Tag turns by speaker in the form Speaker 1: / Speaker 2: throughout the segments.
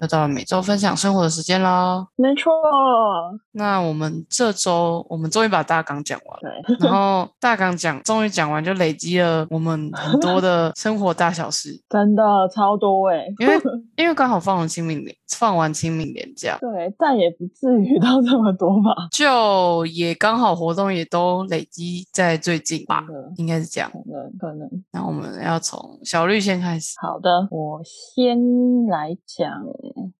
Speaker 1: 又到了每周分享生活的时间喽。
Speaker 2: 没错，
Speaker 1: 那我们这周，我们终于把大纲讲完了。
Speaker 2: 对，。
Speaker 1: 然后大纲讲终于讲完，就累积了我们很多的生活大小事
Speaker 2: 真的超多哎、
Speaker 1: 因为因为刚好放完清明年，放完清明年假，
Speaker 2: 对，但也不至于到这么多吧？
Speaker 1: 就也刚好活动也都累积在最近吧
Speaker 2: 真，的，
Speaker 1: 应该是这样。
Speaker 2: 可能可能。
Speaker 1: 那我们要从小绿先开始，
Speaker 2: 好的，我先来讲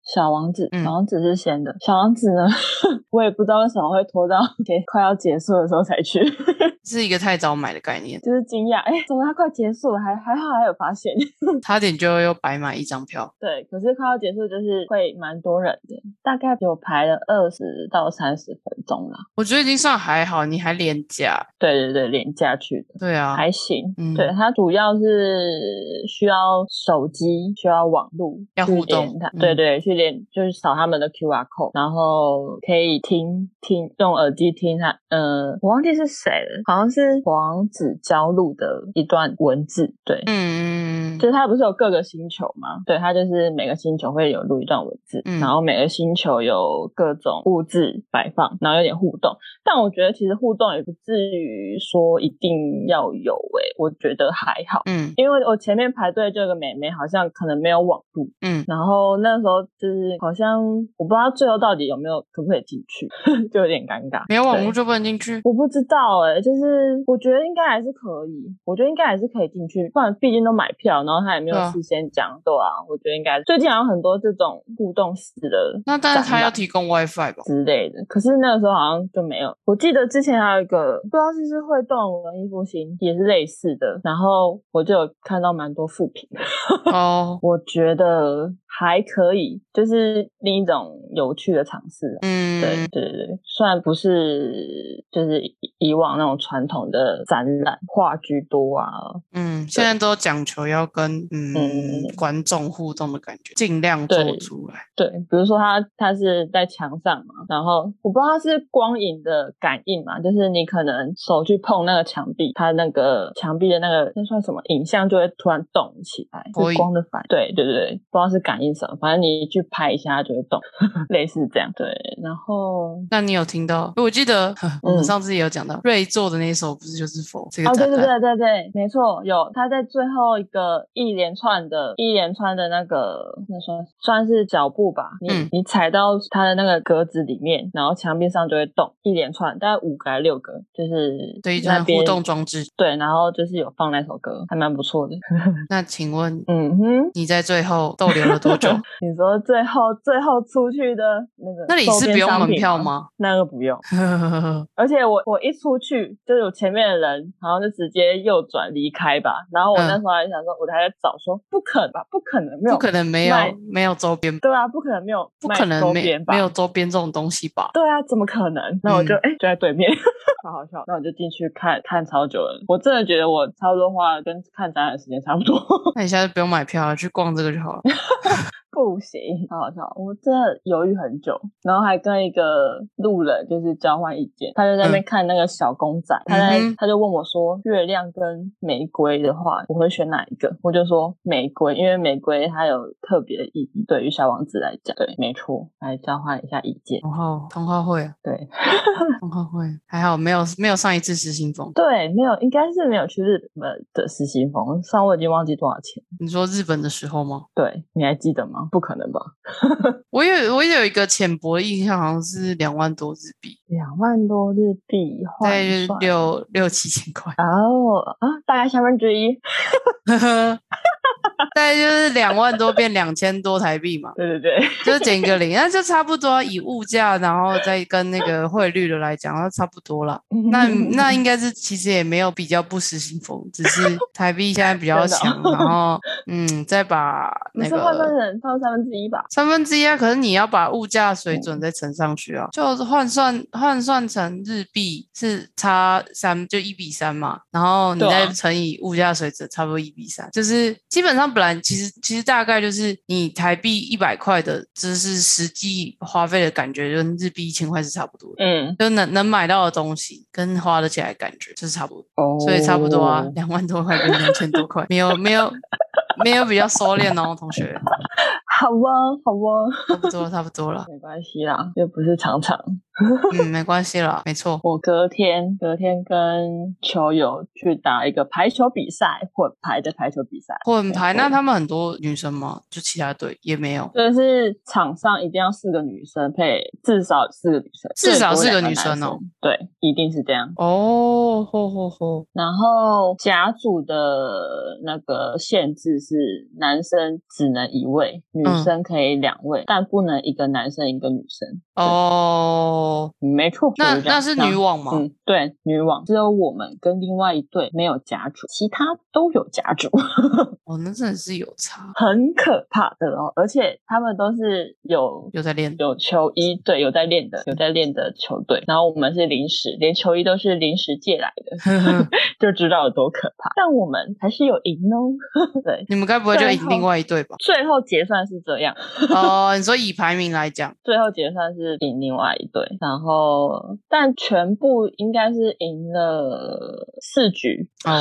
Speaker 2: 小王子。
Speaker 1: 嗯
Speaker 2: 小王子是先的，小王子呢， 我也不知道为什么会拖到结快要结束的时候才去，
Speaker 1: 是一个太早买的概念，
Speaker 2: 就是惊讶，哎，怎么它快结束了？还还好还有发现。
Speaker 1: 差点就又白买一张票。
Speaker 2: 对，可是快要结束就是会蛮多人的，大概有排了二十到三十分钟啦。
Speaker 1: 我觉得已经算还好，你还廉价，
Speaker 2: 对对对，廉价去的。
Speaker 1: 对啊，
Speaker 2: 还行，
Speaker 1: 嗯
Speaker 2: 对，它主要是需要手机，需要网络，
Speaker 1: 要
Speaker 2: 去
Speaker 1: 互动
Speaker 2: 连它
Speaker 1: 嗯
Speaker 2: 对对，去连就是扫他们的 QR code，然后可以听听用耳机听他，呃，我忘记是谁了，好像是黄子佼录的一段文字，对。
Speaker 1: 嗯嗯嗯
Speaker 2: 就是它不是有各个星球吗？对，它就是每个星球会有录一段文字，
Speaker 1: 嗯
Speaker 2: 然后每个星球有各种物质摆放，然后有点互动。但我觉得其实互动也不至于说一定要有诶、我觉得还好。
Speaker 1: 嗯
Speaker 2: 因为我前面排队这个妹妹好像可能没有网路，
Speaker 1: 嗯，
Speaker 2: 然后那时候就是好像我不知道最后到底有没有可不可以进去， 就有点尴尬。
Speaker 1: 没有网
Speaker 2: 对
Speaker 1: 络就不能进去。
Speaker 2: 我不知道哎、就是我觉得应该还是可以，我觉得应该还是可以进去，不然毕竟都买票，然后他也没有
Speaker 1: 对啊
Speaker 2: 事先讲，对啊，我觉得应该最近好像很多这种互动式的
Speaker 1: 那但是他
Speaker 2: 展
Speaker 1: 要
Speaker 2: 览
Speaker 1: 提供 WiFi 吧？
Speaker 2: 之类的，可是那个时候好像就没有。我记得之前还有一个不知道是不是会动文艺复兴，也是类似的，然后我就有看到蛮多负评，
Speaker 1: 哦，
Speaker 2: 我觉得还可以，就是另一种有趣的尝试啊。
Speaker 1: 嗯，
Speaker 2: 对对对对，虽然不是就是以以往那种传统的展览画居多啊，
Speaker 1: 嗯，现在都讲求要跟嗯
Speaker 2: 嗯
Speaker 1: 观众互动的感觉，尽量做
Speaker 2: 对
Speaker 1: 出来。
Speaker 2: 对，比如说它它是在墙上嘛，然后我不知道它是光影的感应嘛，就是你可能手去碰那个墙壁，它那个墙壁的那个那算什么影像就会突然动起来，
Speaker 1: 投影
Speaker 2: 是光的反对对对对，不知道是感应什么，反正你去拍一下它就会动， 类似这样对，然后
Speaker 1: 那你有听到？我记得呵 我们
Speaker 2: 嗯
Speaker 1: 上次也有讲到，瑞做的那首不是就是否这个
Speaker 2: 哦，对
Speaker 1: 展
Speaker 2: 对
Speaker 1: 览？
Speaker 2: 对对对，没错，有他在最后一个一连串的、一连串的那个，那算算是脚步吧。你、
Speaker 1: 嗯
Speaker 2: 你踩到他的那个格子里面，然后墙壁上就会动，一连串，大概五个还六个，就是
Speaker 1: 对一
Speaker 2: 那
Speaker 1: 段
Speaker 2: 边
Speaker 1: 互动。装置。
Speaker 2: 对，然后就是有放那首歌，还蛮不错 的。
Speaker 1: 那请问
Speaker 2: 嗯哼，
Speaker 1: 你在最后逗留了多久？
Speaker 2: 你说最后最后出去的那个
Speaker 1: 那里
Speaker 2: 周
Speaker 1: 是
Speaker 2: 边
Speaker 1: 不用
Speaker 2: 商
Speaker 1: 门
Speaker 2: 品
Speaker 1: 票
Speaker 2: 吗？
Speaker 1: 吗？
Speaker 2: 那个不用，而且我我一出去，就有前面的人，然后就直接右转离开吧。然后我
Speaker 1: 嗯
Speaker 2: 那时候还想说，我还在找说，不可能吧，不可能没有，
Speaker 1: 不可能没有
Speaker 2: 卖
Speaker 1: 没有周边，
Speaker 2: 对啊，不可能没有，
Speaker 1: 不可能
Speaker 2: 周
Speaker 1: 没
Speaker 2: 边吧？
Speaker 1: 没有，周边这种东西吧？
Speaker 2: 对啊，怎么可能？那我就
Speaker 1: 嗯
Speaker 2: 哎、就在对面， 好好笑。那我就进去看看超久了，我真的觉得我差不多花了跟看展览的时间差不多。
Speaker 1: 那你下次不用买票了，去逛这个就好了。
Speaker 2: 不行，好好笑！我真的犹豫很久，然后还跟一个路人就是交换意见，他就在那边看那个小公仔，他在、
Speaker 1: 嗯嗯哼
Speaker 2: 他就问我说，月亮跟玫瑰的话，我会选哪一个？我就说玫瑰，因为玫瑰它有特别的意义，对于小王子来讲，对，没错，来交换一下意见，
Speaker 1: 同好同好会啊，
Speaker 2: 对
Speaker 1: 同好会还好没有没有上一次失心疯。
Speaker 2: 对，没有，应该是没有去日本的实习风，虽然我已经忘记多少钱，
Speaker 1: 你说日本的时候吗？
Speaker 2: 对，你还记得吗？不可能吧，
Speaker 1: 我有我有一个浅薄的印象，好像是两万多日币，
Speaker 2: 两万多日币
Speaker 1: 大
Speaker 2: 换
Speaker 1: 概就是
Speaker 2: 算
Speaker 1: 六六七千块，
Speaker 2: 哦啊，大概三分之一。
Speaker 1: 大概就是两万多变两千多台币嘛，
Speaker 2: 对对对，
Speaker 1: 就是减一个零，那就差不多啊以物价，然后再跟那个汇率的来讲，那差不多啦。 那那应该是其实也没有比较不失心疯，只 是台币现在比较
Speaker 2: 真的哦
Speaker 1: 强，然后嗯，再 把
Speaker 2: 不
Speaker 1: 那
Speaker 2: 是换算
Speaker 1: 个。
Speaker 2: 成换三分之一吧？
Speaker 1: 三分之一啊，可是你要把物价
Speaker 2: 嗯
Speaker 1: 水准再乘上去啊，就是换算换算成日币是差三，就一比三嘛，然后你
Speaker 2: 对啊
Speaker 1: 再乘以物价水准，差不多一比三，就是基本上本来其实其实大概就是你台币一百块的，就是实际花费的感觉，跟日币一千块是差不多的。
Speaker 2: 嗯，
Speaker 1: 就能能买到的东西跟花得起来的感觉就是差不多，
Speaker 2: 哦
Speaker 1: 所以差不多啊，两万多块跟两千多块，没有没有没有比较收敛哦，同学，
Speaker 2: 好吧，好吧，
Speaker 1: 差不多差不多了，
Speaker 2: 没关系啦，又不是常常。
Speaker 1: 嗯，没关系啦，没错，
Speaker 2: 我隔天隔天跟球友去打一个排球比赛，混排的排球比赛。
Speaker 1: 混排那
Speaker 2: 对
Speaker 1: 他们很多女生吗？就其他队也没有，
Speaker 2: 就是场上一定要四个女生配，至少四个女生，
Speaker 1: 至少四个
Speaker 2: 最多两
Speaker 1: 女生
Speaker 2: 男
Speaker 1: 哦。
Speaker 2: 对，一定是这样。
Speaker 1: 哦，吼吼吼，
Speaker 2: 然后甲组的那个限制是男生只能一位，女
Speaker 1: 嗯
Speaker 2: 生可以两位，但不能一个男生一个女生。
Speaker 1: 哦，
Speaker 2: 嗯，没错，
Speaker 1: 那
Speaker 2: 就是这
Speaker 1: 那
Speaker 2: 样
Speaker 1: 是女。网吗？
Speaker 2: 嗯，对，女网只有我们跟另外一队没有甲组，其他都有甲组。
Speaker 1: 哦，那真的是有差，
Speaker 2: 很可怕的哦，而且他们都是有
Speaker 1: 有在练
Speaker 2: 有球衣，对，有在练的，有在练的球队。然后我们是临时，连球衣都是临时借来的，就知道有多可怕。但我们还是有赢哦， 对。
Speaker 1: 你们该不会就
Speaker 2: 最
Speaker 1: 赢
Speaker 2: 后
Speaker 1: 另外一队吧？
Speaker 2: 最后结算是这样，
Speaker 1: 哦，你说以排名来讲，
Speaker 2: 最后结算是赢另外一队，然后但全部应该是赢了四局，
Speaker 1: 哦，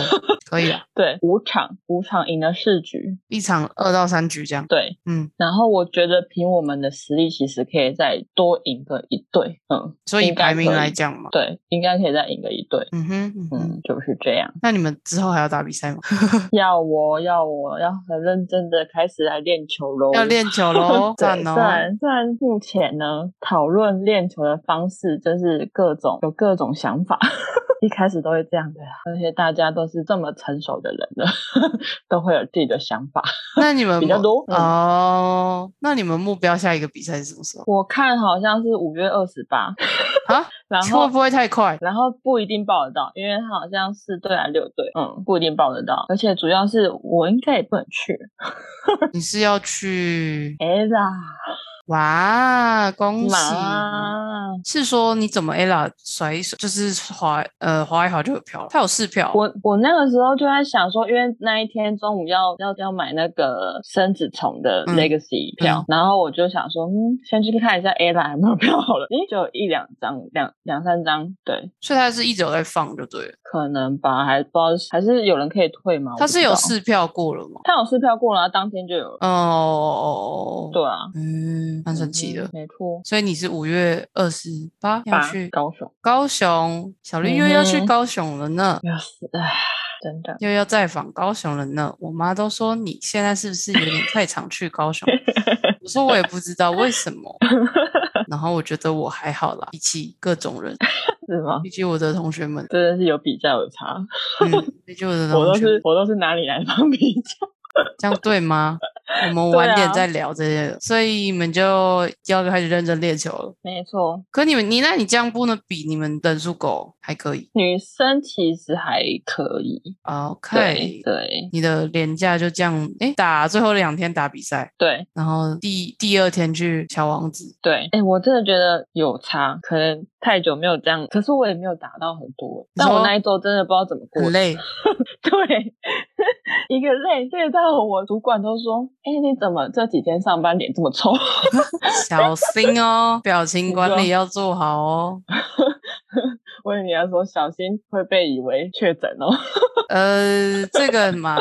Speaker 1: 可以啊，
Speaker 2: 对，五场五场赢了四局，
Speaker 1: 一场二到三局这样，
Speaker 2: 对，
Speaker 1: 嗯，
Speaker 2: 然后我觉得凭我们的实力，其实可以再多赢个一队，嗯，
Speaker 1: 所以以
Speaker 2: 应该
Speaker 1: 排名
Speaker 2: 可以
Speaker 1: 来讲嘛，
Speaker 2: 对，应该可以再赢个一队，
Speaker 1: 嗯哼，嗯哼。
Speaker 2: 嗯，就是这样。
Speaker 1: 那你们之后还要打比赛吗？
Speaker 2: 要我要我要很认真的开始来练球喽，
Speaker 1: 要练球 喽，
Speaker 2: 哦 对
Speaker 1: 赞
Speaker 2: 虽
Speaker 1: 哦！
Speaker 2: 然虽然目前呢，讨论练球的方式真是各种有各种想法， 一开始都会这样的，而且大家都是这么成熟的人了， 都会有自己的想法。
Speaker 1: 那你们
Speaker 2: 比较多嗯
Speaker 1: 哦，那你们目标下一个比赛是什么时候
Speaker 2: 我看好像是五月二十八，
Speaker 1: 啊？
Speaker 2: 然后
Speaker 1: 会不会太快？
Speaker 2: 然后不一定报得到，因为它好像四队还是六队，嗯，不一定报得到。而且主要是我应该也不能去。
Speaker 1: 你是要去
Speaker 2: 哎啦，
Speaker 1: 哇？恭喜！
Speaker 2: 妈！
Speaker 1: 是说你怎么 ella 甩一甩，就是滑呃滑一滑就有票了？它有试票
Speaker 2: 我我那个时候就在想说，因为那一天中午要要要买那个生子虫的
Speaker 1: 嗯
Speaker 2: Legacy 票，
Speaker 1: 嗯
Speaker 2: 然后我就想说，嗯，先去看一下 A 啦有没有票好了，咦，就有一两张，两两三张，对，
Speaker 1: 所以它是一直有在放就对了。
Speaker 2: 可能吧，还不知道还是有人可以退吗？我
Speaker 1: 它
Speaker 2: 不
Speaker 1: 是
Speaker 2: 知
Speaker 1: 有
Speaker 2: 道，
Speaker 1: 试票过了吗？
Speaker 2: 他有试票过了，当天就有了，
Speaker 1: 哦，
Speaker 2: 对啊，
Speaker 1: 嗯，蛮神奇的
Speaker 2: 嗯。没错。
Speaker 1: 所以你是五月二十八要
Speaker 2: 吧
Speaker 1: 去
Speaker 2: 高手。
Speaker 1: 高雄，小绿又要
Speaker 2: 嗯
Speaker 1: 去
Speaker 2: 哼
Speaker 1: 高雄了呢，
Speaker 2: 要死，唉，真的。
Speaker 1: 又要再访高雄了呢。我妈都说你现在是不是有点太常去高雄？我说我也不知道为什么。 然后我觉得我还好啦，比起各种人，
Speaker 2: 是吗？
Speaker 1: 比起我的同学们，
Speaker 2: 真的是有比较有差，
Speaker 1: 嗯，比起我的同
Speaker 2: 我都
Speaker 1: 学们
Speaker 2: 是，我都是拿你来帮比较。
Speaker 1: 这样对吗？我们
Speaker 2: 对
Speaker 1: 晚点
Speaker 2: 啊
Speaker 1: 再聊这些，所以你们就要开始认真练球了。
Speaker 2: 没错，
Speaker 1: 可你们，你那你这样不能比你们人数狗还可以
Speaker 2: 女生其实还可以，对
Speaker 1: ，OK？
Speaker 2: 对
Speaker 1: 你的廉价就这样，哎，打最后两天打比赛，
Speaker 2: 对
Speaker 1: 然后第第二天去小王子，
Speaker 2: 对。哎，我真的觉得有差，可能太久没有这样，可是我也没有打到很多。欸
Speaker 1: 你
Speaker 2: 但我
Speaker 1: 说
Speaker 2: 那一周真的不知道怎么过
Speaker 1: 很
Speaker 2: 的，
Speaker 1: 累，
Speaker 2: 对， 一个累，累到我主管都说：“哎，你怎么这几天上班脸这么臭？”
Speaker 1: 小心哦，表情
Speaker 2: 你
Speaker 1: 管
Speaker 2: 说
Speaker 1: 理要做好哦。
Speaker 2: 我以为你要说小心会被以为确诊哦。
Speaker 1: 呃，这个嘛，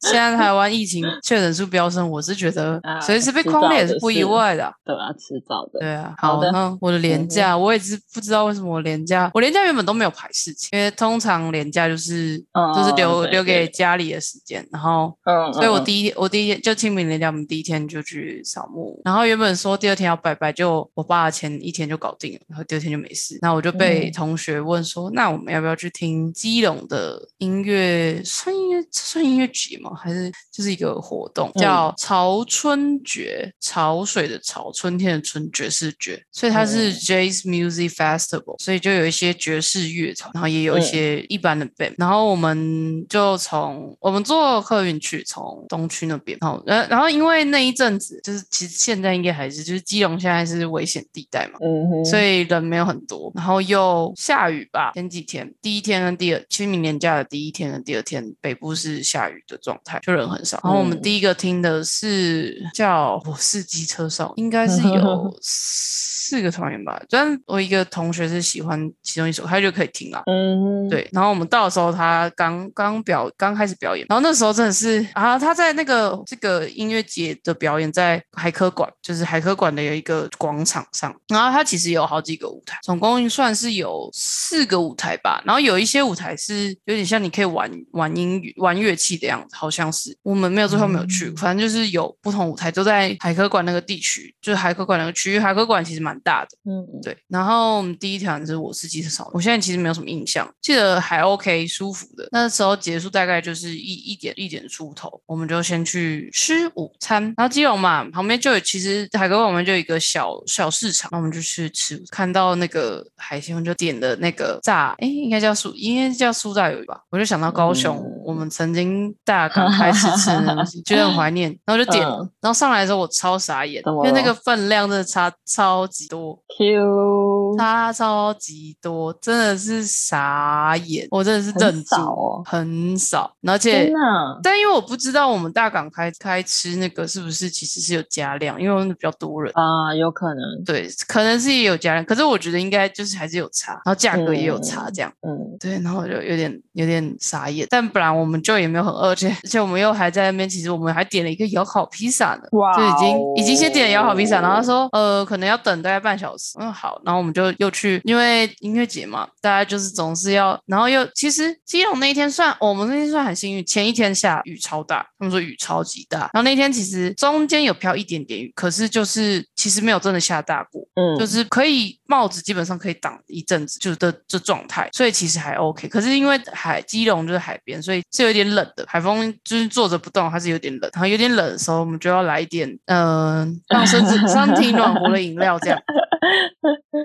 Speaker 1: 现在台湾疫情确诊数飙升，我是觉得
Speaker 2: 啊
Speaker 1: 随时被
Speaker 2: 迟早
Speaker 1: 框列也
Speaker 2: 的
Speaker 1: 是不意
Speaker 2: 事
Speaker 1: 外的啊。
Speaker 2: 对啊，迟早的。
Speaker 1: 对啊，
Speaker 2: 好
Speaker 1: 好，
Speaker 2: 的
Speaker 1: 那我的
Speaker 2: 嗯
Speaker 1: 廉
Speaker 2: 哼
Speaker 1: 价，我也是不知道为什么我廉价，我廉价原本都没有排事情，因为通常廉价就是、就是
Speaker 2: 哦
Speaker 1: 留
Speaker 2: 对
Speaker 1: 留给
Speaker 2: 对
Speaker 1: 家里的时间，然后。
Speaker 2: 嗯，
Speaker 1: 所以我
Speaker 2: 嗯嗯
Speaker 1: 第一我第一天就清明连假，我们第一天就去扫墓，然后原本说第二天要拜拜，就我爸前一天就搞定了，然后第二天就没事。那我就被
Speaker 2: 嗯
Speaker 1: 同学问说，那我们要不要去听基隆的音乐？算音乐算音乐节吗？还是就是一个活动
Speaker 2: 嗯
Speaker 1: 叫潮春爵，潮水的潮，春天的春，爵士爵，所以它是
Speaker 2: 嗯
Speaker 1: Jazz Music Festival，所以就有一些爵士乐团，然后也有一
Speaker 2: 嗯
Speaker 1: 些一般的 band，、然后我们就从我们坐客运去，从东区那边，然后呃然后因为那一阵子就是其实现在应该还是就是基隆现在是危险地带嘛。
Speaker 2: 嗯哼，
Speaker 1: 所
Speaker 2: 以
Speaker 1: 以人没有很多，然后又下雨吧。前几天，第一天跟第二清明年假的第一天跟第二天，北部是下雨的状态，就人很少。然后我们
Speaker 2: 嗯
Speaker 1: 第一个听的是叫《我是机车少女》，应该是有四个团员吧。但我一个同学是喜欢其中一首，他就可以听啦。
Speaker 2: 嗯，，
Speaker 1: 对，然后我们到的时候，他刚刚表刚开始表演，然后那时候真的是啊，他在那个这个音乐节的表演在海科馆，就是海科馆的有一个广场上，然后他其实有好几个舞台，总共算是有四个舞台吧，然后有一些舞台是有点像你可以玩玩音乐玩乐器的样子，好像是我们没有最后没有去，
Speaker 2: 嗯
Speaker 1: 反正就是有不同舞台都在海科馆那个地区，就是海科馆那个区域，海科馆其实蛮大的。
Speaker 2: 嗯，
Speaker 1: 对，然后我们第一条就是我是机车少女，我现在其实没有什么印象，记得还 OK 舒服的。那时候结束大概就是一一点一点出头，我们就先去吃午餐。然后基隆嘛，旁边就有其实海龟旁边就有一个小小市场，那我们就去吃午餐，看到那个海鲜，我们就点的那个炸，哎，应该叫苏，应该叫苏炸鱼吧？我就想到高雄，
Speaker 2: 嗯
Speaker 1: 我们曾经大 港开始吃的东西，觉得很怀念，然后就点了。
Speaker 2: 嗯
Speaker 1: 然后上来的时候我超傻眼，
Speaker 2: 怎
Speaker 1: 因
Speaker 2: 么
Speaker 1: 为那
Speaker 2: 了
Speaker 1: 个分量真的差超级多。
Speaker 2: ，Q，
Speaker 1: 差超级多，真的是傻眼，我真的是
Speaker 2: 很
Speaker 1: 震住，
Speaker 2: 少哦
Speaker 1: 很少，而且
Speaker 2: 天。哪，
Speaker 1: 但因为我不知道我们大港开开吃那个是不是其实是有加量，因为我们比较多人，
Speaker 2: 啊，有可能，
Speaker 1: 对，可能是也有加量，可是我觉得应该就是还是有差，然后价格也有差这样，
Speaker 2: 嗯，
Speaker 1: 对，然后我就有点有点傻眼，但本来我们就也没有很饿，而且而且我们又还在那边，其实我们还点了一个窑烤披萨呢，
Speaker 2: 哇
Speaker 1: 就已经已经先点了窑烤披萨，
Speaker 2: 哦
Speaker 1: 然后他说呃可能要等大概半小时，嗯好，然后我们就又去，因为音乐节嘛，大家就是总是要，然后又其实基隆那一天算、我们那天算很幸运，前一天下雨超大，他们说雨超级大，然后那天其实中间有飘一点点雨，可是就是其实没有真的下大过，
Speaker 2: 嗯，
Speaker 1: 就是可以帽子基本上可以挡一阵子，就是的这状态，所以其实还 OK。可是因为海基隆就是海边，所以是有点冷的，海风就是坐着不动，还是有点冷。然后有点冷的时候，我们就要来一点嗯、呃让身子身体暖和的饮料这样。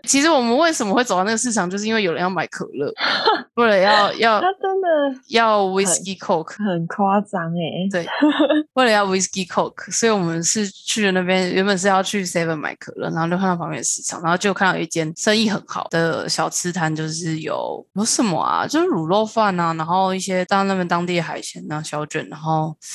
Speaker 1: 其实我们为什么会走到那个市场，就是因为有人要买可乐，为了要要
Speaker 2: 他真的
Speaker 1: 要 whiskey coke，
Speaker 2: 很夸张哎，
Speaker 1: 对，为了要 whiskey coke，所以我们是去了那边，原本是要去 seven 买可乐，然后就看到旁边的市场，然后就看到有一间生意很好的小吃摊，就是有有什么啊，就是卤肉饭啊，然后一些当那边当地的海鲜啊、小卷，然后。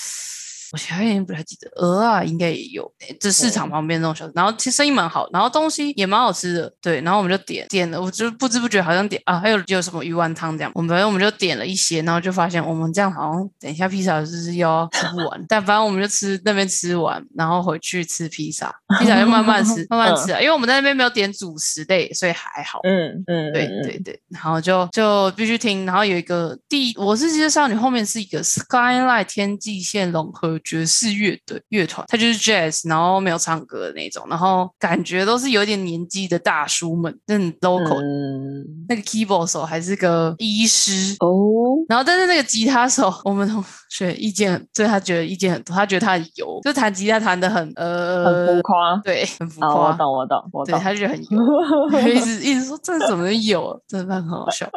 Speaker 1: 我现在有点不太记得，鹅啊应该也有，诶这市场旁边那种小，然后其实生意蛮好，然后东西也蛮好吃的，对，然后我们就点点了，我就不知不觉好像点啊，还有有什么鱼丸汤这样，我们反正我们就点了一些，然后就发现我们这样好像等一下披萨就是要吃不完，但反正我们就吃那边吃完，然后回去吃披萨，披萨就慢慢吃慢慢吃啊，因为我们在那边没有点主食类，所以还好，
Speaker 2: 嗯嗯，
Speaker 1: 对
Speaker 2: 嗯
Speaker 1: 对，对，然后就就必须听，然后有一个第，我是记得少女后面是一个 Skyline 天际线融合爵士乐队乐团，它就是 jazz，然后没有唱歌的那种，然后感觉都是有一点年纪的大叔们，那很 local，、
Speaker 2: 嗯，
Speaker 1: 那个 keyboard 手还是个医师。
Speaker 2: 哦，
Speaker 1: 然后，但是那个吉他手，我们同学意见很，对他觉得意见很多，他觉得他很油，就弹吉他弹的很
Speaker 2: 很
Speaker 1: 呃
Speaker 2: 浮，夸，
Speaker 1: 对，很浮
Speaker 2: 啊，我
Speaker 1: 夸，
Speaker 2: 懂我懂我
Speaker 1: 对，
Speaker 2: 懂，
Speaker 1: 他就觉得很油。一直一直说这怎么有啊，真的很好笑。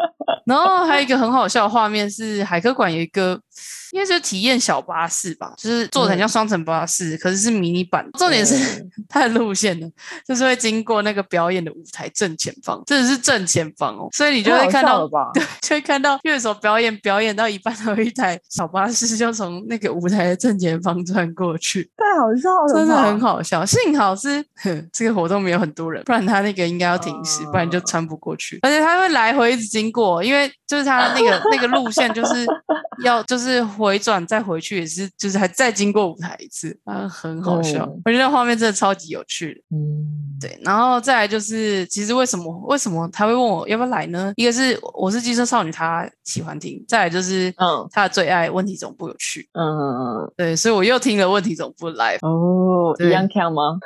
Speaker 1: 然后还有一个很好笑的画面是海科馆有一个，应该就是体验小巴士吧，就是做的很像双层巴士，可是是迷你版。重点是
Speaker 2: 嗯
Speaker 1: 它的路线呢，就是会经过那个表演的舞台正前方，真的是正前方哦， 所以你就
Speaker 2: 太
Speaker 1: 会
Speaker 2: 好
Speaker 1: 看
Speaker 2: 笑
Speaker 1: 到
Speaker 2: 了吧？
Speaker 1: 就会看到乐手表演表演到一半，有一台小巴士就从那个舞台的正前方穿过去。
Speaker 2: 太好啊笑了吧，
Speaker 1: 真的很好笑。幸好 是哼这个活动没有很多人，不然他那个应该要停
Speaker 2: 哦
Speaker 1: 驶，不然就穿不过去。而且他会来回一直经过，因为就是他那 个那个路线就是要就是回转再回去，也是就是还再经过舞台一次，啊，很好笑。
Speaker 2: 嗯
Speaker 1: 我觉得画面真的超级有趣的。
Speaker 2: 嗯，
Speaker 1: 对，然后再来就是，其实为什么为什么他会问我要不要来呢？一个是我是机车少女，他喜欢听；再来就是
Speaker 2: 嗯
Speaker 1: 他的最爱问题总部有去，
Speaker 2: 嗯嗯嗯，
Speaker 1: 对，所以我又听了问题总部 live。
Speaker 2: 哦，
Speaker 1: 对
Speaker 2: 一样强吗？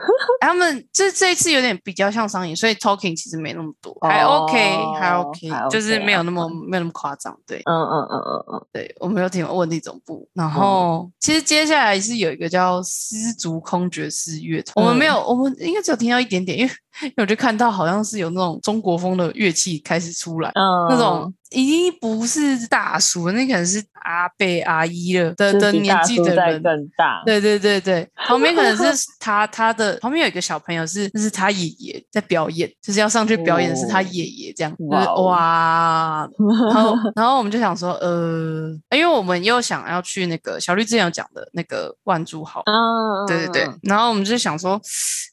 Speaker 1: 他们这这一次有点比较像商演，所以 talking 其实没那么多，还
Speaker 2: 哦
Speaker 1: OK，还
Speaker 2: 还
Speaker 1: OK，
Speaker 2: OK
Speaker 1: 就是没有
Speaker 2: 啊
Speaker 1: 那么没有那么夸张。对
Speaker 2: 嗯嗯嗯嗯嗯，
Speaker 1: 对，我们有听问题总部，然后、其实接下来是有一个叫丝竹空爵士乐团，我们没有，
Speaker 2: 嗯
Speaker 1: 我们应该只有听到一点点，因为因为我就看到好像是有那种中国风的乐器开始出来。
Speaker 2: 嗯
Speaker 1: 那种已经不是大叔，那可能是阿贝阿姨了的的
Speaker 2: 就是比
Speaker 1: 年
Speaker 2: 嗯大
Speaker 1: 纪
Speaker 2: 叔
Speaker 1: 的
Speaker 2: 再
Speaker 1: 人。
Speaker 2: 更大，
Speaker 1: 对对对对，旁边可能 是他他的旁边有一个小朋友是，那是他爷爷在表演，就是要上去表演的是他爷爷这样，就是
Speaker 2: 哇哦
Speaker 1: 哇，然后然后我们就想说，呃，因为我们又想要去那个小绿之前有讲的那个万珠号，
Speaker 2: 嗯，
Speaker 1: 对对对，然后我们就想说，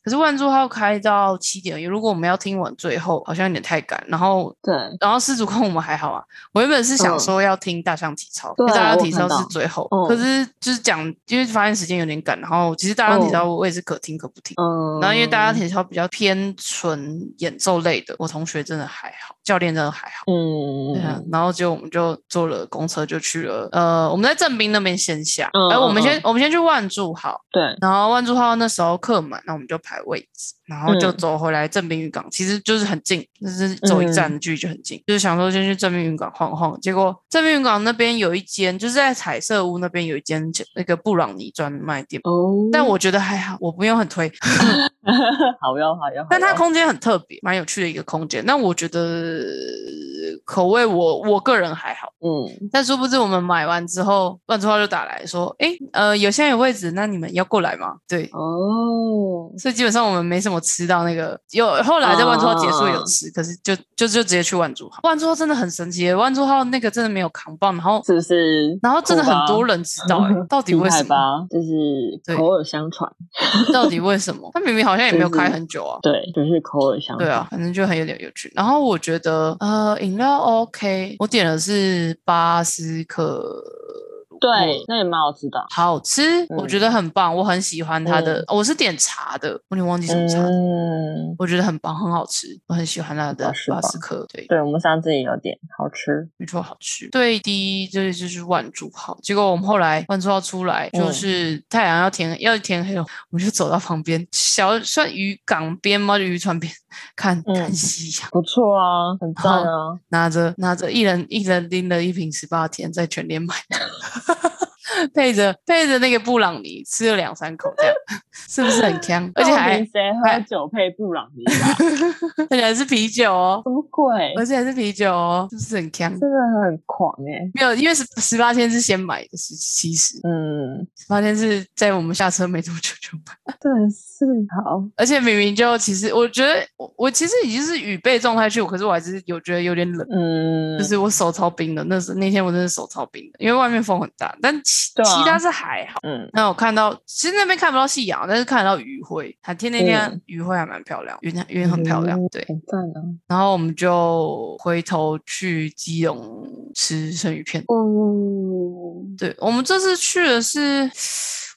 Speaker 1: 可是万珠号开到七点，如果我们要听完最后，好像有点太赶，然后。
Speaker 2: 对，
Speaker 1: 然后失主控我们还好啊，我原本是想
Speaker 2: 嗯
Speaker 1: 说要听大象体操，
Speaker 2: 对
Speaker 1: 因为大
Speaker 2: 我
Speaker 1: 象体
Speaker 2: 看
Speaker 1: 操是
Speaker 2: 到
Speaker 1: 最后，
Speaker 2: 嗯
Speaker 1: 可是就是讲，因为发现时间有点赶，然后其实大象体
Speaker 2: 嗯
Speaker 1: 操我也是可听可不听，
Speaker 2: 嗯，
Speaker 1: 然后因为大象体操比较偏纯演奏类的，我同学真的还好，教练真的还好。
Speaker 2: 嗯，
Speaker 1: 对啊，然后结果我们就坐了公车就去了，呃，我们在正滨那边先下，
Speaker 2: 嗯
Speaker 1: 哎、我们
Speaker 2: 嗯
Speaker 1: 先、我们先去万柱好，
Speaker 2: 对，
Speaker 1: 然后万珠号那时候客满，那我们就排位置，然后就
Speaker 2: 嗯
Speaker 1: 走回来正滨渔港，其实就是很近，就是走一站的距离就很近，就是想说先去正滨渔港晃晃。结果正滨渔港那边有一间，就是在彩色屋那边有一间那个布朗尼专卖店，
Speaker 2: 哦，
Speaker 1: 但我觉得还好，我不用很推，
Speaker 2: 好哟好哟，
Speaker 1: 但它
Speaker 2: 好哟
Speaker 1: 空间很特别，蛮有趣的一个空间。那我觉得呃口味我我个人还好。
Speaker 2: 嗯，
Speaker 1: 但殊不知，我们买完之后，万珠号就打来说：“诶，呃，有现在有位置，那你们要过来吗？”对，
Speaker 2: 哦，
Speaker 1: 所以基本上我们没什么吃到那个，有后来在万珠号结束
Speaker 2: 啊
Speaker 1: 有吃，可是就就就直接去万珠号。万珠号真的很神奇耶，万珠号那个真的没有扛棒，然后
Speaker 2: 是不是？
Speaker 1: 然后真的
Speaker 2: 酷吧
Speaker 1: 很多人知道哎，到底 为什
Speaker 2: 厉害
Speaker 1: 么？
Speaker 2: 吧？就是
Speaker 1: 对
Speaker 2: 口耳相传，
Speaker 1: 到底为什么？他明明好像也没有
Speaker 2: 就是
Speaker 1: 开很久啊。
Speaker 2: 对，嗯就是口耳相传。
Speaker 1: 对啊，反正就很有点有趣。然后我觉得呃，饮料 OK，我点的是巴斯克。
Speaker 2: 对，那也蛮好吃的。啊
Speaker 1: 好吃，我觉得很棒，我很喜欢它的。
Speaker 2: 嗯
Speaker 1: 我是点茶的，我有点忘记什么茶了，
Speaker 2: 嗯，
Speaker 1: 我觉得很棒，很好吃，我很喜欢它的
Speaker 2: 好吃吧
Speaker 1: 巴斯克。对，
Speaker 2: 对，我们上次也有点好吃。
Speaker 1: 没错，好吃。最低这就是万珠号，结果我们后来万珠号出来，就
Speaker 2: 嗯
Speaker 1: 是太阳要天要天黑了，我们就走到旁边小算渔港边吗？渔船边看
Speaker 2: 嗯
Speaker 1: 看夕阳，
Speaker 2: 不错啊，很赞啊！
Speaker 1: 拿着拿着一人一人拎了一瓶十八天，在全联买的， 配着配着那个布朗尼吃了两三口，这样 是不是很香？而且
Speaker 2: 到
Speaker 1: 还
Speaker 2: 底谁
Speaker 1: 还
Speaker 2: 喝酒配布朗尼啊？
Speaker 1: 而且还是啤酒哦，
Speaker 2: 什么鬼？
Speaker 1: 而且还是啤酒哦，是不是很香？
Speaker 2: 真的很狂哎、
Speaker 1: 没有，因为十十八天是先买的，是其实
Speaker 2: 嗯，
Speaker 1: 发现是在我们下车没多久就买，
Speaker 2: 真的是好，
Speaker 1: 而且明明就其实我觉得我我其实已经是雨备状态去，可是我还是有觉得有点冷，
Speaker 2: 嗯，
Speaker 1: 就是我手超冰的。那时那天我真的手超冰的，因为外面风很大，但其、
Speaker 2: 对啊
Speaker 1: 其他是还好。
Speaker 2: 嗯，
Speaker 1: 那我看到其实那边看不到夕阳，但是看得到余晖，还天那天
Speaker 2: 嗯
Speaker 1: 余晖还蛮漂亮，云云很漂亮，
Speaker 2: 嗯
Speaker 1: 对。
Speaker 2: 很赞啊！
Speaker 1: 然后我们就回头去基隆吃生鱼片，
Speaker 2: 嗯，
Speaker 1: 对，我们这次去的是，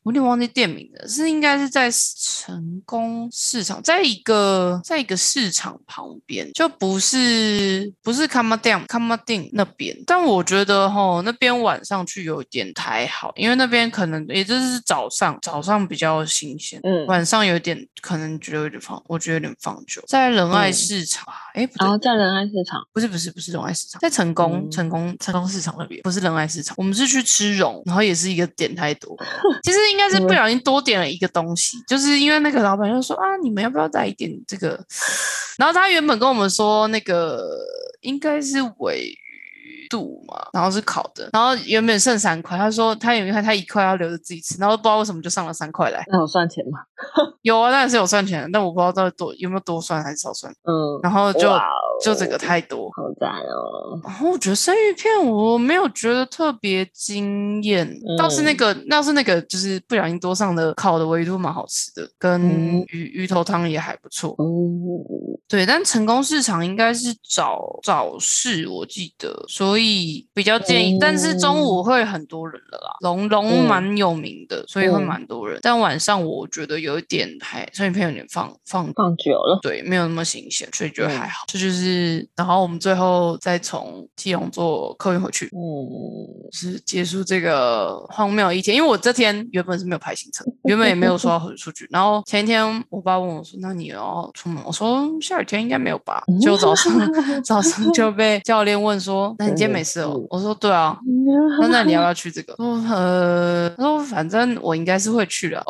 Speaker 1: 我有点忘记店名了，是应该是在成功市场，在一个在一个市场旁边，就不是不是 c a m a d a n c a m a d a n 那边。但我觉得吼那边晚上去有点还好，因为那边可能也就是早上早上比较新鲜，
Speaker 2: 嗯
Speaker 1: 晚上有点可能觉得有点放，我觉得有点放久。在仁爱
Speaker 2: 嗯
Speaker 1: 市场，哎、不对
Speaker 2: 然，后在仁爱市场，
Speaker 1: 不是不是不是仁爱市场，在成功、
Speaker 2: 嗯
Speaker 1: 成功成功市场那边，不是仁爱市场。我们是去吃荣，然后也是一个点太多， 其实应该是不小心多点了一个东西，就是因为那个老板就说啊，你们要不要带一点这个？然后他原本跟我们说那个应该是尾鱼肚嘛，然后是烤的，然后原本剩三块，他说他有没有看他一块要留着自己吃，然后不知道为什么就上了三块来。
Speaker 2: 那有算钱吗？
Speaker 1: 有啊，当然是有算钱的，但我不知道到底多有没有多算还是少算，
Speaker 2: 嗯，
Speaker 1: 然后就
Speaker 2: 哇哦
Speaker 1: 就整个太多。
Speaker 2: 好赞哦！
Speaker 1: 然后我觉得生鱼片我没有觉得特别惊艳，倒是那
Speaker 2: 嗯
Speaker 1: 个倒是那个就是不小心多上的烤的维度蛮好吃的，跟
Speaker 2: 嗯
Speaker 1: 鱼鱼头汤也还不错。
Speaker 2: 嗯，
Speaker 1: 对，但成功市场应该是早早市，我记得，所以比较建议。但是中午会很多人了啦，龙龙
Speaker 2: 哦嗯
Speaker 1: 蛮有名的，所以会
Speaker 2: 嗯
Speaker 1: 蛮多人。但晚上我觉得有一点还生鱼片有点放放
Speaker 2: 放久了，
Speaker 1: 对，没有那么新鲜，所以觉得还好。这就是，然后我们最后再从基隆坐客运回去，
Speaker 2: 嗯，
Speaker 1: 就是结束这个荒谬的一天。因为我这天原本是没有排行程，原本也没有说要回出去。然后前一天我爸问我说：“那你要出门？”我说：“下雨天应该没有吧。”
Speaker 2: 嗯
Speaker 1: 就早上早上就被教练问说：“那你今天没事哦。我说对啊， 那那你要不要去这个？他说呃，他说反正我应该是会去的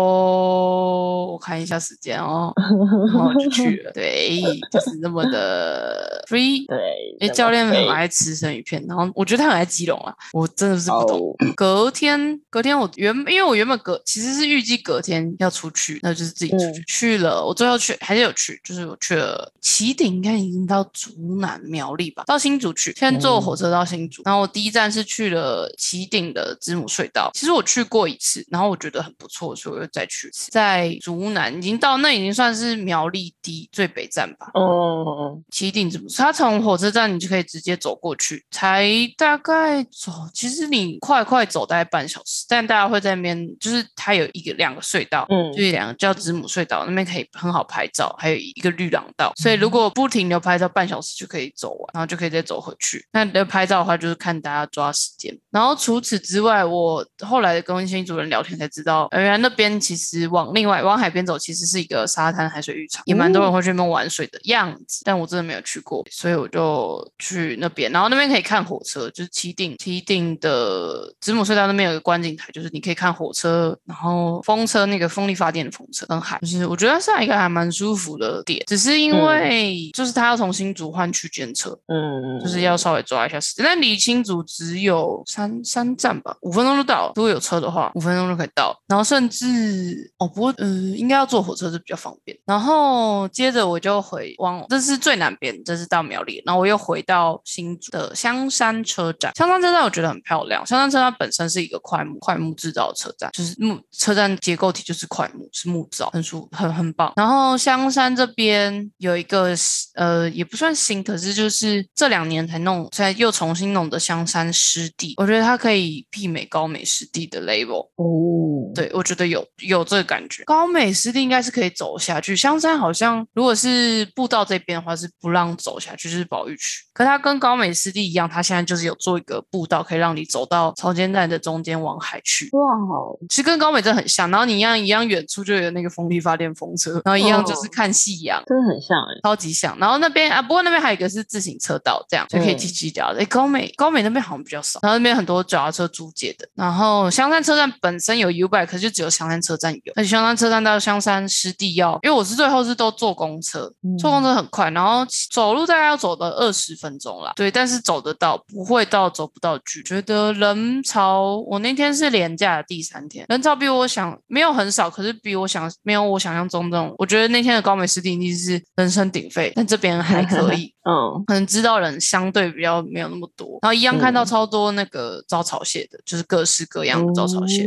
Speaker 1: 哦。我看一下时间哦，然后我就去了。对，就是那么的 free。
Speaker 2: 对，
Speaker 1: 因为教练很爱吃生鱼片，然后我觉得他很爱基隆啊，我真的是不懂。
Speaker 2: 哦，
Speaker 1: 隔天，隔天我原因为我原本隔其实是预计隔天要出去，那就是自己出去、去了。我最后去还是有去，就是我去了起点，应该已经到竹南苗栗吧，到新竹去，先坐火车到新竹，然后我第一站是去了起顶的子母隧道。其实我去过一次，然后我觉得很不错，所以我又再去一次。在竹南已经到那已经算是苗栗第最北站吧，
Speaker 2: 嗯，
Speaker 1: 起顶怎么？它从火车站你就可以直接走过去，才大概走，其实你快快走大概半小时，但大家会在那边，就是它有一个两个隧道，
Speaker 2: 嗯
Speaker 1: 就是两个叫子母隧道，那边可以很好拍照，还有一个绿廊道，所以如果不停留拍照半小时就可以走完，然后就可以再走回去。那你的拍照的话，就是看大家抓时间。然后除此之外，我后来跟新主人聊天才知道，呃原来那边其实往另外往海边走，其实是一个沙滩海水浴场，也蛮多人会去那边玩水的样子。但我真的没有去过，所以我就去那边。然后那边可以看火车，就是七定七定的子母隧道那边有一个观景台，就是你可以看火车，然后风车那个风力发电的风车跟海，就是我觉得算一个还蛮舒服的点。只是因
Speaker 2: 嗯
Speaker 1: 为就是他要从新竹换区间车，
Speaker 2: 嗯，
Speaker 1: 就是要稍微抓一下时间。但离青竹只有三三站吧，五分钟就到了。如果有车的话，五分钟就可以到。然后甚至哦，不过嗯、呃，应该要坐火车是比较方便。然后接着我就回往，这是最南边，这是到苗栗，然后我又回到新竹的香山车站。香山车站我觉得很漂亮，香山车站本身是一个快木快木制造的车站，就是木车站结构体就是快木是木造，很舒很很棒。然后香山这边有一个呃也不算新，可是就是这两年才弄，才又重新弄的香山湿地，我觉得它可以媲美高美湿地的 label。
Speaker 2: 哦，
Speaker 1: 对，我觉得有有这个感觉。高美湿地应该是可以走下去，香山好像如果是步道这边的话是不让走下去，就是保育区。可它跟高美湿地一样，它现在就是有做一个步道，可以让你走到潮间带的中间往海去。
Speaker 2: 哇哦，
Speaker 1: 其实跟高美真的很像，然后你一样一样远处就有那个风力发电风车，然后一样就是
Speaker 2: 哦
Speaker 1: 看夕阳。
Speaker 2: 真的很像哎，
Speaker 1: 超级像。然后那边啊，不过那边还有一个是自行车道，这样就可以
Speaker 2: 嗯。
Speaker 1: 骑骑脚踏车。诶高美高美那边好像比较少，然后那边很多脚踏车租借的。然后香山车站本身有 U bike，可是就只有香山车站有。而且香山车站到香山湿地要，因为我是最后是都坐公车，坐公车很快，然后走路大概要走的二十分钟啦。对，但是走得到，不会到走不到距。觉得人潮，我那天是连假的第三天，人潮比我想没有很少，可是比我想没有我想象中这种。我觉得那天的高美湿地一定是人声鼎沸，但这边还可以
Speaker 2: 嗯，
Speaker 1: 可能知道人相对比较没有那么多，然后一样看到
Speaker 2: 嗯
Speaker 1: 超多那个招潮蟹的，就是各式各样的招潮蟹。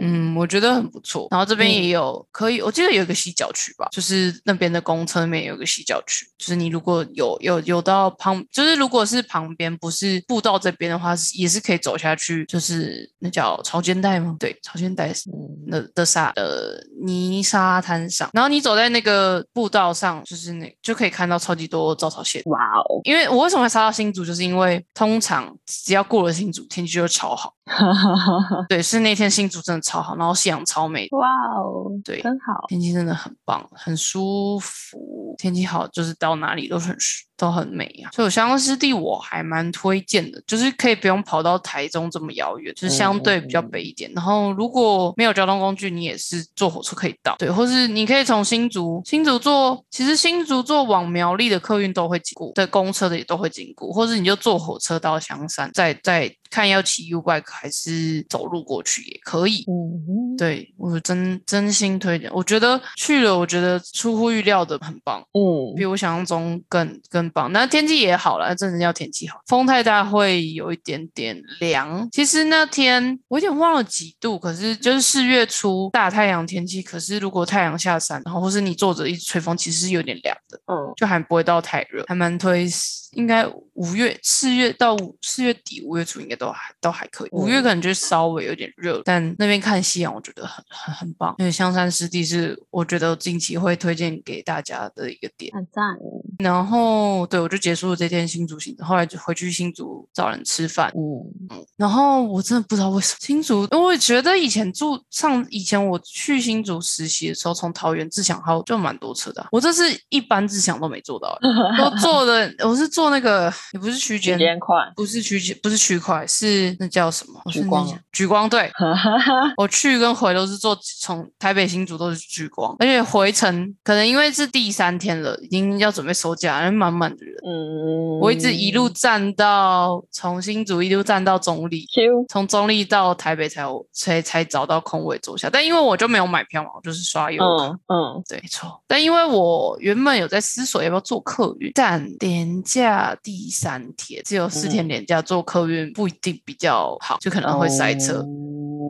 Speaker 2: 嗯，
Speaker 1: 嗯，我觉得很不错。然后这边
Speaker 2: 嗯
Speaker 1: 也有可以，我记得有一个洗脚区吧，就是那边的公车那边有一个洗脚区，就是你如果有有有到旁，就是如果是旁边不是步道这边的话，是也是可以走下去，就是那叫潮间带吗？对，潮间带是
Speaker 2: 嗯，
Speaker 1: 的的沙的泥沙滩上，然后你走在那个步道上，就是那就可以看到超级多招潮蟹。
Speaker 2: 哇哦，
Speaker 1: 因为我为什么会杀到新竹，就是因为通常只要过了新竹，天气就会超好。
Speaker 2: 哈哈哈哈，
Speaker 1: 对，是那天新竹真的超好，然后夕阳超美，
Speaker 2: 哇哦，
Speaker 1: 对
Speaker 2: 真好，
Speaker 1: 天气真的很棒，很舒服。天气好，就是到哪里都很舒都很美啊。所以我香山湿地我还蛮推荐的，就是可以不用跑到台中这么遥远，就是相对比较北一点。然后如果没有交通工具，你也是坐火车可以到，对，或是你可以从新竹新竹坐，其实新竹坐往苗栗的客运都会经过，对，公车的也都会经过，或是你就坐火车到香山，再再看要骑 U bike 还是走路过去也可以。
Speaker 2: 嗯，
Speaker 1: 对我真真心推荐，我觉得去了，我觉得出乎预料的很棒，
Speaker 2: 嗯
Speaker 1: 比我想象中更更棒。那天气也好了，真的要天气好，风太大会有一点点凉。其实那天我有点忘了几度，可是就是四月初大太阳天气，可是如果太阳下山，然后或是你坐着一直吹风，其实是有点凉的。
Speaker 2: 嗯，
Speaker 1: 就还不会到太热，还蛮推，应该五月、四月到五四月底、五月初应该都还都还可以。五月可能就稍微有点热，但那边看夕阳我觉得很很很棒。因为香山湿地是我觉得近期会推荐给大家的一个点。
Speaker 2: 很赞，
Speaker 1: 然后后对我就结束了这天新竹行程，后来就回去新竹找人吃饭。
Speaker 2: 嗯，
Speaker 1: 然后我真的不知道为什么新竹，因为我觉得以前住上以前我去新竹实习的时候，从桃园自强号就蛮多车的啊、我这次一般自强都没做到、欸都坐的我是坐那个也不是区
Speaker 2: 时
Speaker 1: 间。
Speaker 2: 间快，
Speaker 1: 不是区间，不是区块，是那叫什么？
Speaker 2: 莒光
Speaker 1: 我瞬间想莒光 对，
Speaker 2: 哈哈哈，
Speaker 1: 我去跟回都是坐从台北新竹都是聚光，而且回程可能因为是第三天了，已经要准备收假，人满满的人。
Speaker 2: 嗯，
Speaker 1: 我一直一路站到从新竹一路站到中立，
Speaker 2: Q，
Speaker 1: 从中立到台北才有才才找到空位坐下，但因为我就没有买票嘛，我就是刷优卡。
Speaker 2: 嗯嗯，
Speaker 1: 对，没错。但因为我原本有在思索要不要做客运，但廉价第三天只有四天
Speaker 2: 嗯
Speaker 1: 廉价，做客运不一定比较好，就可能会塞车。
Speaker 2: 哦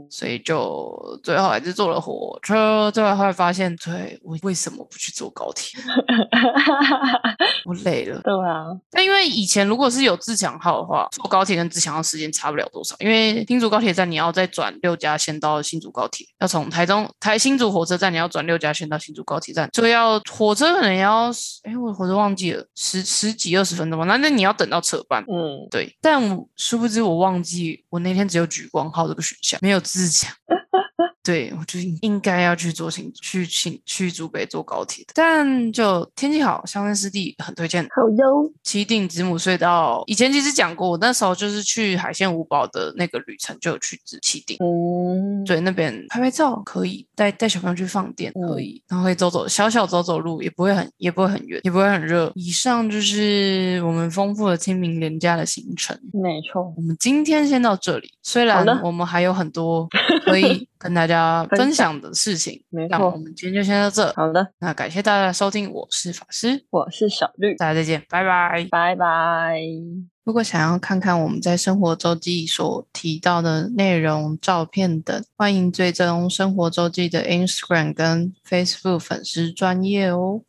Speaker 1: 所以就最后还是坐了火车，最后后来发现，对我为什么不去坐高铁？我累 了。
Speaker 2: 对啊，
Speaker 1: 但因为以前如果是有自强号的话，坐高铁跟自强号时间差不了多少，因为新竹高铁站你要再转六家线到新竹高铁，要从台中台新竹火车站你要转六家线到新竹高铁站，就要火车可能要，哎，我火车忘记了十十几二十分钟吧，那那你要等到车班。
Speaker 2: 嗯，
Speaker 1: 对，但我殊不知我忘记我那天只有举光号这个选项，没有自强。对，我就应应该要去坐新去新去竹北坐高铁的，但就天气好，乡镇湿地很推荐
Speaker 2: 好哟，
Speaker 1: 七定子母隧道。以前其实讲过，我那时候就是去海鲜五堡的那个旅程就有去指七定。
Speaker 2: 嗯，
Speaker 1: 对，那边拍拍照可以，带带小朋友去放电
Speaker 2: 嗯
Speaker 1: 可以，然后可以走走小小走走路，也不会很也不会很远，也不会很热。以上就是我们丰富的清明廉价的行程。
Speaker 2: 没错，
Speaker 1: 我们今天先到这里，虽
Speaker 2: 好
Speaker 1: 然
Speaker 2: 的
Speaker 1: 我们还有很多可 以跟大家
Speaker 2: 分
Speaker 1: 分
Speaker 2: 享
Speaker 1: 享的事情，
Speaker 2: 没
Speaker 1: 那我
Speaker 2: 错，
Speaker 1: 们今天就先到这。
Speaker 2: 好的，
Speaker 1: 那感谢大家的收听，我是法师，
Speaker 2: 我是小绿，
Speaker 1: 大家再见，拜拜。
Speaker 2: 拜拜，
Speaker 1: 如果想要看看我们在生活周记所提到的内容、照片等，欢迎追踪生活周记的 Instagram 跟 Facebook 粉丝专业哦。